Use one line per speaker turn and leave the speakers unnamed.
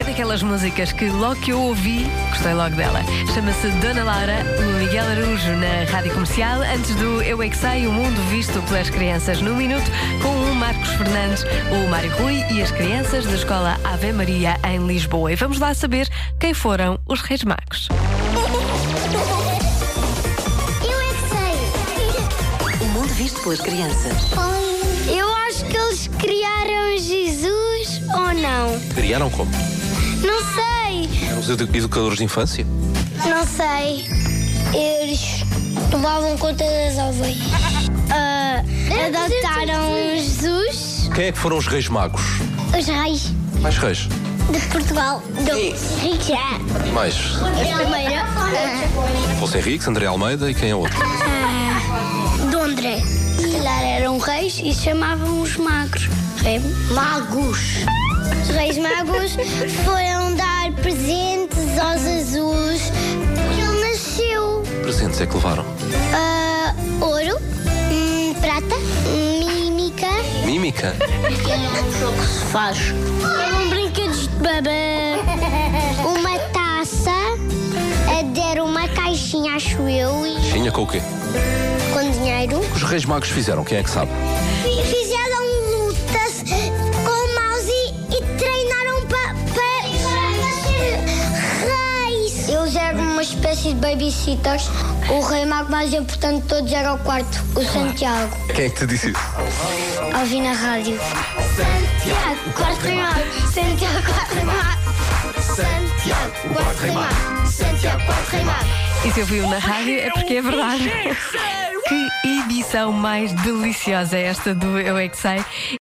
É Daquelas músicas que logo que eu ouvi, gostei logo dela. Chama-se Dona Laura, o Miguel Araújo na Rádio Comercial, antes do Eu É Que Sei, o mundo visto pelas crianças no minuto, com o Marcos Fernandes, o Mário Rui e as crianças da Escola Ave Maria em Lisboa. E vamos lá saber quem foram os Reis Magos.
Eu é que
O mundo visto pelas crianças.
sei. Eu acho que eles criaram Jesus ou não?
Criaram como?
Não sei.
Eram os edu- educadores de infância?
Não sei. Eles tomavam conta das ovelhas. Ah, adotaram Jesus.
Quem é que foram os reis magos?
Os reis
Mais reis?
de Portugal. Do Richard.
Mais?
Primeiro.
José Henrique, André Almeida e quem é outro?
do André. Calhar eram reis e chamavam os magos. Rei magos. Os reis magos foram dar presentes aos azuis. Ele nasceu.
Presentes é que levaram?
ah, ouro, hum, prata, mímica.
Mímica?
Se faz. Eram brinquedos de bebê. Uma taça. ah, Deram uma caixinha, acho eu, e-
Tinha com o quê?
com dinheiro.
Os reis magos fizeram, quem é que sabe?
Fizeram lutas com maus e, treinaram para reis. Eles eram uma espécie de babysitters. O rei mago mais importante de todos era o quarto, o Santiago.
Quem é que te disse isso?
Ouvi na rádio. Santiago, quarto rei mago. Santiago, quarto rei mago. Santiago, quarto rei mago. Santiago, quarto rei mago.
E se ouviu na rádio é porque é verdade. Que edição mais deliciosa é esta do Eu É Que Sei.